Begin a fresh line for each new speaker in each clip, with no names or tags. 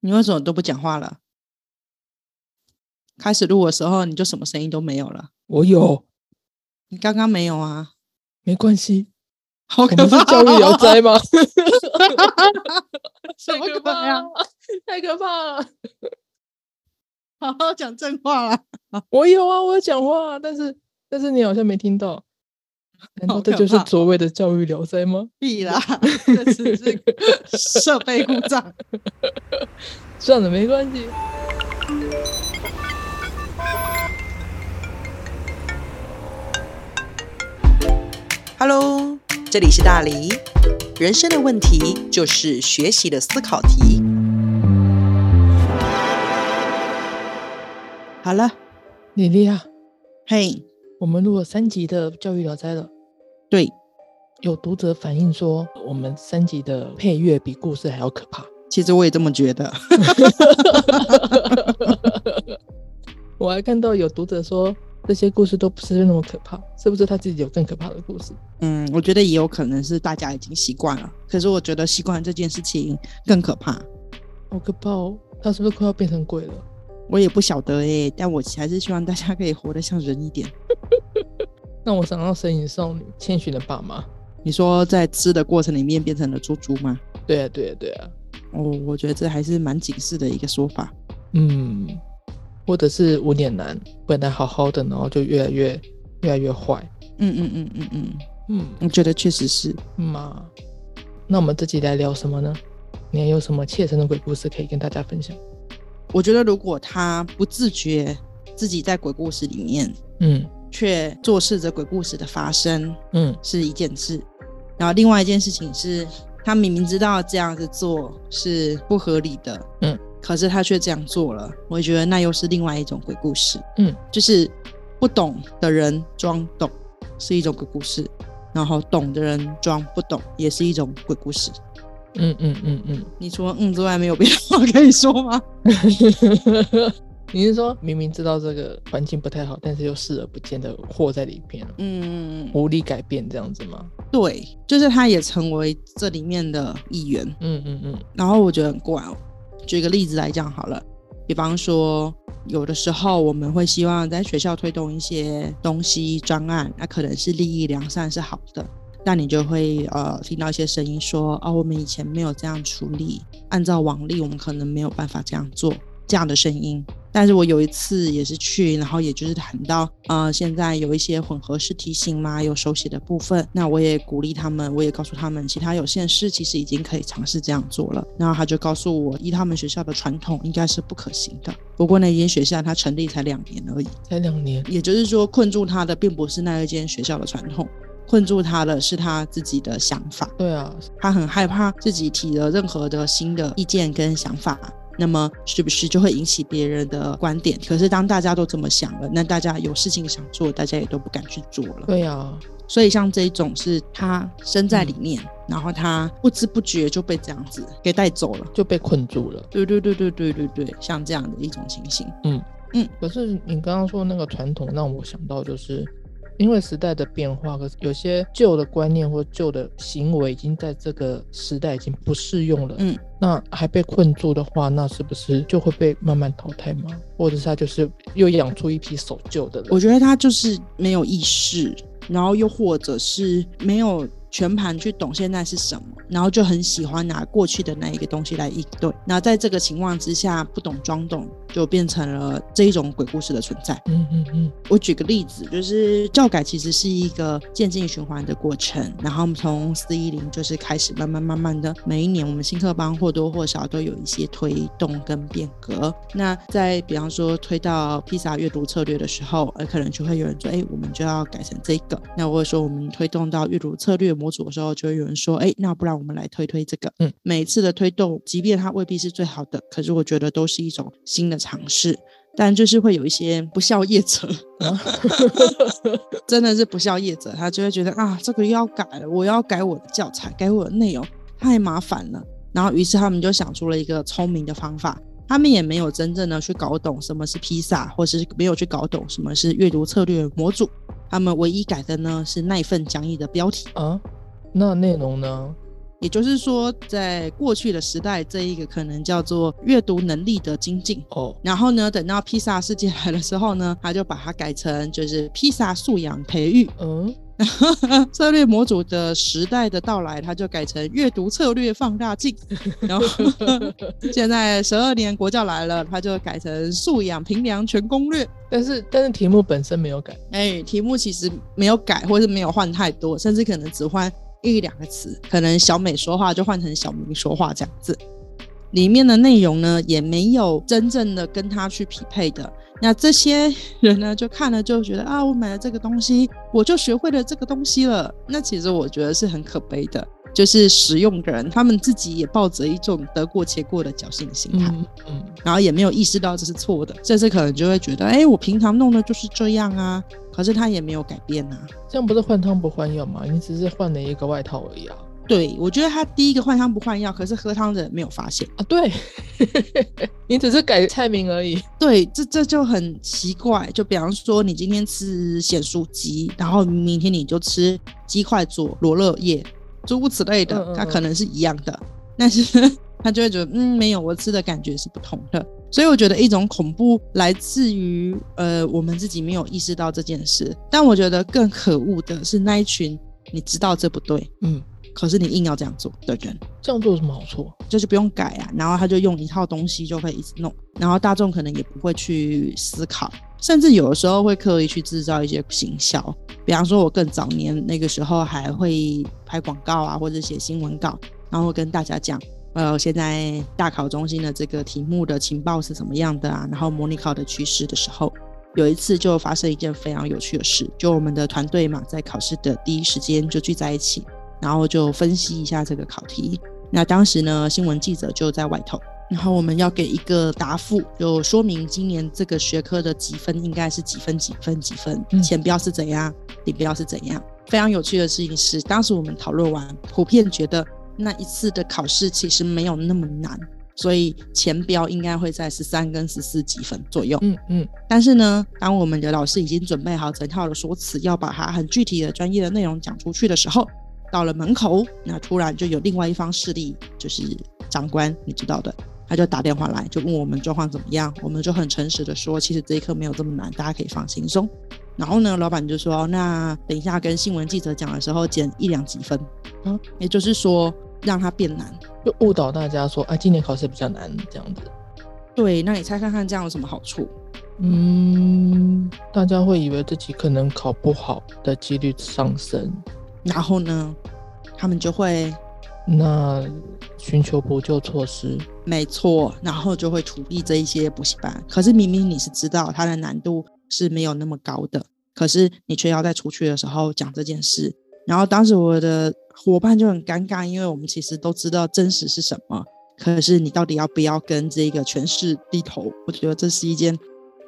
你为什么都不讲话了？开始录的时候你就什么声音都没有了，
我有，
你刚刚没有啊？
没关系。
好
我
可
们是
怕！哦
教育聊斋 吗？
什么
太可
鬼
怕
啊
了！ 太可怕了！
好好讲正话啦。
我有啊，我有讲话啊，但是但是你好像没听到。难
好
道这
可
就是
怕
所谓的教育聊斋吗？
必啦，这只是设备故障。
算了，没关系。
Hello，这里是大黎。人生的问题就是学习的思考题。
好了，
李丽啊，
嘿，
我们录了三集的教育聊斋了，
对，
有读者反映说我们三集的配乐比故事还要可怕。
其实我也这么觉得。
我还看到有读者说这些故事都不是那么可怕，是不是他自己有更可怕的故事？
嗯，我觉得也有可能是大家已经习惯了，可是我觉得习惯这件事情更可怕。
好可怕哦！他是不是快要变成鬼了？
我也不晓得诶、但我还是希望大家可以活得像人一点。
让我想到《神隐少女》千寻的爸妈。
你说在吃的过程里面变成了猪猪吗？
对啊，对啊，对啊。
哦，我觉得这还是蛮警示的一个说法。
嗯，或者是无脸男，本来好好的，然后就越来越越来越坏。
嗯嗯嗯嗯嗯，
嗯
我觉得确实是。
嘛，那我们这集来聊什么呢？你还有什么切身的鬼故事可以跟大家分享？
我觉得如果他不自觉自己在鬼故事里面，
嗯
却坐视着鬼故事的发生，
嗯
是一件事。然后另外一件事情是，他明明知道这样子做是不合理的，
嗯，
可是他却这样做了，我觉得那又是另外一种鬼故事，
嗯，
就是不懂的人装懂是一种鬼故事，然后懂的人装不懂也是一种鬼故事。
嗯嗯嗯嗯。
你除了嗯之外，没有别的话可以说吗？
你是说明明知道这个环境不太好，但是又视而不见的活在里面，
嗯，
无力改变这样子吗？
对，就是他也成为这里面的一员，
嗯嗯嗯
然后我觉得很怪哦。举个例子来讲好了，比方说，有的时候我们会希望在学校推动一些东西专案，那可能是利益良善是好的，那你就会呃听到一些声音说，哦，我们以前没有这样处理，按照往例我们可能没有办法这样做，这样的声音。但是我有一次也是去，然后也就是谈到，呃，现在有一些混合式题型嘛，有手写的部分，那我也鼓励他们，我也告诉他们，其他有县市其实已经可以尝试这样做了。然后他就告诉我，依他们学校的传统，应该是不可行的。不过那间学校它成立才两年而已，
才两年，
也就是说，困住他的并不是那一间学校的传统，困住他的是他自己的想法。
对啊，
他很害怕自己提了任何的新的意见跟想法，那么是不是就会引起别人的观点？可是当大家都这么想了，那大家有事情想做，大家也都不敢去做了。
对啊，
所以像这一种是他身在里面，然后他不知不觉就被这样子给带走了。
就被困住了。
对对对对对对对，像这样的一种情形。
可是你刚刚说那个传统，让我想到就是，因为时代的变化，可是有些旧的观念或旧的行为已经在这个时代已经不适用了。
嗯，
那还被困住的话，那是不是就会被慢慢淘汰吗？或者是他就是又养出一批守旧的人？
我觉得他就是没有意识，然后又或者是没有全盘去懂现在是什么，然后就很喜欢拿过去的那一个东西来应对。那在这个情况之下，不懂装懂就变成了这一种鬼故事的存在。
嗯嗯嗯
我举个例子，就是教改其实是一个渐进循环的过程，然后我们从四一零就是开始慢慢慢慢的，每一年我们新课纲或多或少都有一些推动跟变革。那在比方说推到披萨阅读策略的时候，呃，可能就会有人说，哎、我们就要改成这个。那或者说我们推动到阅读策略模组的时候，就会有人说，哎、那不然我们来推推这个。
嗯，
每一次的推动，即便它未必是最好的，可是我觉得都是一种新的尝试。但就是会有一些不孝业者，真的是不孝业者，他就会觉得啊，这个又要改了，我要改我的教材，改我的内容，太麻烦了。然后，于是他们就想出了一个聪明的方法，他们也没有真正的去搞懂什么是披萨，或是没有去搞懂什么是阅读策略模组。
嗯
他们唯一改的呢是那一份讲义的标题，
啊，那内容呢？
也就是说，在过去的时代，这一个可能叫做阅读能力的精进。
哦，
然后呢，等到披萨世界来的时候呢，他就把它改成就是披萨素养培育。
嗯，
策略模组的时代的到来，它就改成阅读策略放大镜。然后现在十二年国教来了，它就改成素养平量全攻略。
但是但是题目本身没有改，
哎，题目其实没有改，或是没有换太多，甚至可能只换一两个词，可能小美说话就换成小明说话这样子。里面的内容呢，也没有真正的跟他去匹配的。那这些人呢，就看了就觉得啊，我买了这个东西，我就学会了这个东西了。那其实我觉得是很可悲的，就是使用的人他们自己也抱着一种得过且过的侥幸心态。
嗯嗯，
然后也没有意识到这是错的，甚至可能就会觉得，哎，我平常弄的就是这样啊，可是他也没有改变啊呐、
这嗯样不是换汤不换药嘛？你只是换了一个外套而已啊。
对，我觉得他第一个换汤不换药，可是喝汤的人没有发现。
啊，对， 你只是改菜名而已。
对，这这就很奇怪。就比方说，你今天吃咸酥鸡，然后明天你就吃鸡块佐罗勒叶，诸如此类
嗯嗯
的，
嗯
它可能是一样的，但是 他就会觉得，嗯，没有，我吃的感觉是不同的。所以我觉得一种恐怖来自于呃，我们自己没有意识到这件事。但我觉得更可恶的是那一群你知道这不对，
嗯，
可是你硬要这样做的人。
这样做有什么好处？
就是不用改啊，然后他就用一套东西就会一直弄，然后大众可能也不会去思考，甚至有的时候会刻意去制造一些行销，比方说我更早年那个时候还会拍广告啊，或者写新闻稿，然后跟大家讲。呃，现在大考中心的这个题目的情报是怎么样的啊？然后模拟考的趋势的时候，有一次就发生一件非常有趣的事，就我们的团队嘛，在考试的第一时间就聚在一起，然后就分析一下这个考题，那当时呢，新闻记者就在外头，然后我们要给一个答复，就说明今年这个学科的几分应该是几分几分几分，
嗯
前标是怎样，底标是怎样。非常有趣的事情是，当时我们讨论完，普遍觉得那一次的考试其实没有那么难，所以前标应该会在十三跟十四几分左右。
嗯嗯，
但是呢，当我们的老师已经准备好整套的说辞，要把它很具体的专业的内容讲出去的时候，到了门口，那突然就有另外一方势力，就是长官，你知道的，他就打电话来，就问我们状况怎么样，我们就很诚实的说，其实这一课没有这么难，呃大家可以放轻松。然后呢，老板就说，那等一下跟新闻记者讲的时候减一两几分，嗯，也就是说让它变难。
就误导大家说啊，今年考试比较难这样子。
对，那你猜看看这样有什么好处？
嗯，大家会以为自己可能考不好的几率上升，
然后呢，他们就会
那寻求补救措施。
没错，然后就会处理这一些补习班。可是明明你是知道它的难度是没有那么高的，可是你却要在出去的时候讲这件事。然后当时我的伙伴就很尴尬，因为我们其实都知道真实是什么，可是你到底要不要跟这个权势低头？我觉得这是一件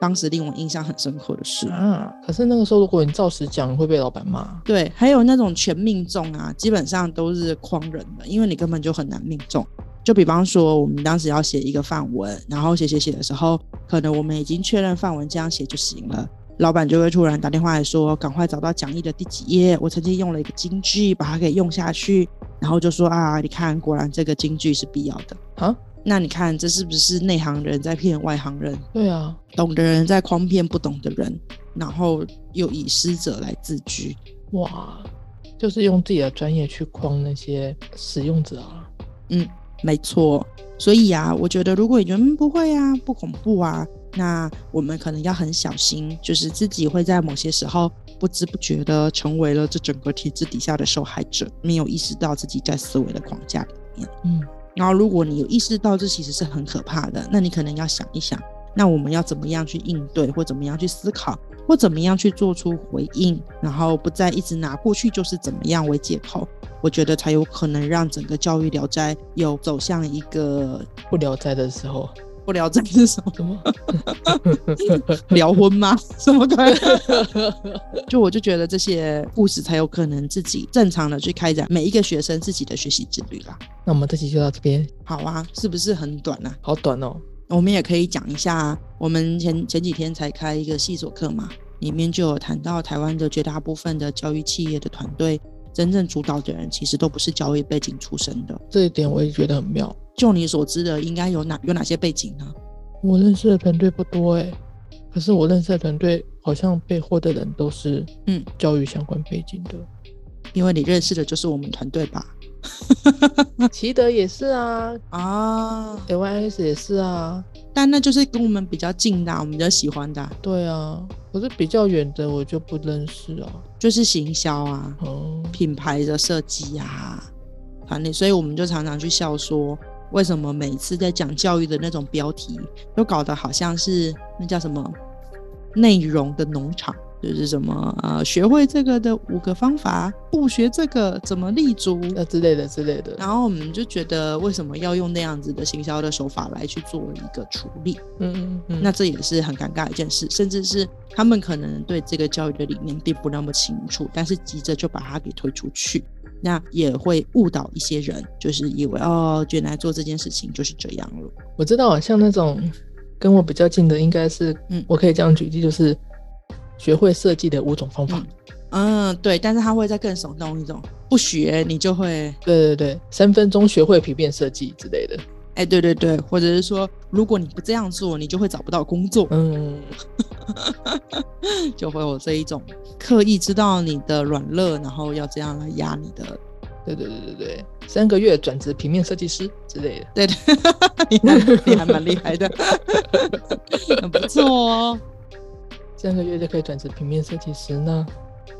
当时令我印象很深刻的事。
啊，可是那个时候如果你照实讲，你会被老板骂。
对，还有那种全命中啊，基本上都是诓人的，因为你根本就很难命中。啊就比方说，我们当时要写一个范文，然后写写写的时候，可能我们已经确认范文这样写就行了，老板就会突然打电话来说，哦赶快找到讲义的第几页，我曾经用了一个金句，把它给用下去，然后就说啊，你看，果然这个金句是必要的
啊。
那你看，这是不是内行人在骗外行人？
对啊，
懂的人在诓骗不懂的人，然后又以师者来自居。
哇，就是用自己的专业去框那些使用者啊。
没错，所以啊，我觉得如果你觉得、嗯、不会啊，不恐怖啊，那我们可能要很小心，就是自己会在某些时候不知不觉的成为了这整个体制底下的受害者，没有意识到自己在思维的框架里面。
嗯，
然后如果你有意识到这其实是很可怕的，那你可能要想一想，那我们要怎么样去应对，或怎么样去思考，或怎么样去做出回应，然后不再一直拿过去就是怎么样为借口。我觉得才有可能让整个教育聊斋有走向一个
不聊斋的时候，
不聊斋是什么
怎么？
聊婚吗？ 什么鬼？就我就觉得这些故事才有可能自己正常的去开展每一个学生自己的学习之旅啦。
那我们这期就到这边，
好啊，是不是很短啊？
好短哦。
我们也可以讲一下，我们前前几天才开一个系所课嘛，里面就有谈到台湾的绝大部分的教育企业的团队，真正主导的人其实都不是教育背景出身的。
这一点我也觉得很妙。
就你所知的，应该有哪有哪些背景呢？
我认识的团队不多哎、可是我认识的团队好像被获的人都是
嗯
教育相关背景的。
因为你认识的就是我们团队吧？
奇德也是啊
啊，
，LYS 也是啊，
但那就是跟我们比较近的啊、我们比较喜欢的啊、
对啊。可是比较远的我就不认识啊。
就是行销啊，
哦，
品牌的设计啊，团队，所以我们就常常去笑说，为什么每次在讲教育的那种标题，都搞得好像是那叫什么内容的农场，就是什么呃，学会这个的五个方法，不学这个怎么立足。呃
那之类的之类的。
然后我们就觉得，为什么要用那样子的行销的手法来去做一个处理？
嗯嗯嗯，
那这也是很尴尬的一件事，甚至是他们可能对这个教育的理念并不那么清楚，但是急着就把它给推出去，那也会误导一些人，就是以为哦，原来做这件事情就是这样了。
我知道，啊像那种跟我比较近的，应该是，
嗯
我可以这样举例，就是学会设计的五种方法。
嗯嗯，对，但是他会再更耸动一种，不学你就会，
对对对，三分钟学会皮变设计之类的。
哎，对对对，或者是说，如果你不这样做，你就会找不到工作，
嗯，
就会有这一种刻意知道你的软肋，然后要这样来压你的
对对对对对，三个月转职平面设计师之类的。
对的， 你还你还蛮厉害的，很不错哦。
三个月就可以转职平面设计师，那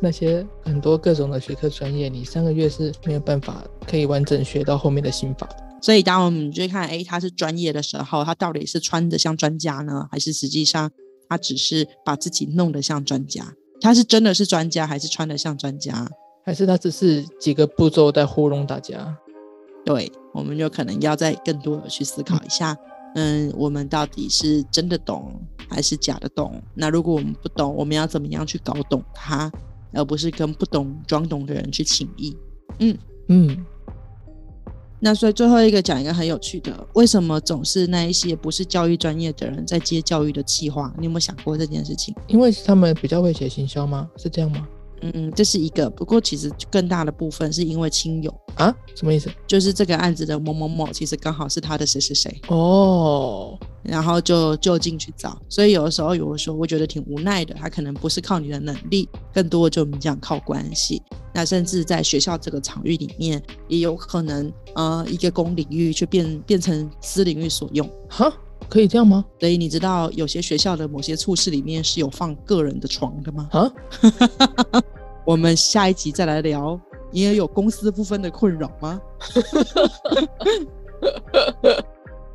那些很多各种的学科专业，你三个月是没有办法可以完整学到后面的心法的。
所以当我们去看，诶，他是专业的时候，他到底是穿的像专家呢，还是实际上他只是把自己弄得像专家？他是真的是专家，还是穿得像专家？
还是他只是几个步骤在糊弄大家？
对，我们就可能要再更多的去思考一下，嗯，我们到底是真的懂还是假的懂？那如果我们不懂，我们要怎么样去搞懂它，而不是跟不懂装懂的人去请益？
嗯，
那所以最后一个讲一个很有趣的，为什么总是那一些不是教育专业的人在接教育的企划？你有没有想过这件事情？
因为他们比较会写行销吗？是这样吗？
嗯，这是一个。不过其实更大的部分是因为亲友，
啊，什么意思？
就是这个案子的某某某，其实刚好是他的谁谁谁，
哦，
然后就就近去找。所以有的时候有的时候我觉得挺无奈的，他可能不是靠你的能力，更多就我们讲靠关系。那甚至在学校这个场域里面，也有可能呃一个公领域却变变成私领域所用。
哈，可以这样吗？
所以你知道有些学校的某些处室里面是有放个人的床的吗？
啊，
我们下一集再来聊，你也有公司部分的困扰吗？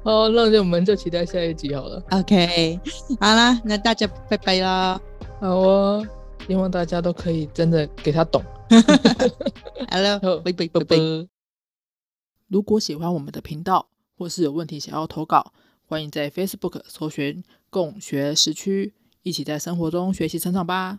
好，那就我们就期待下一集好了。
OK，好啦，那大家拜拜啦
好哦，希望大家都可以真的给他懂。
，Hello，
好
拜拜拜
拜
拜
拜。。如果喜欢我们的频道，或是有问题想要投稿，欢迎在 Facebook 搜寻“共学时区”，一起在生活中学习成长吧。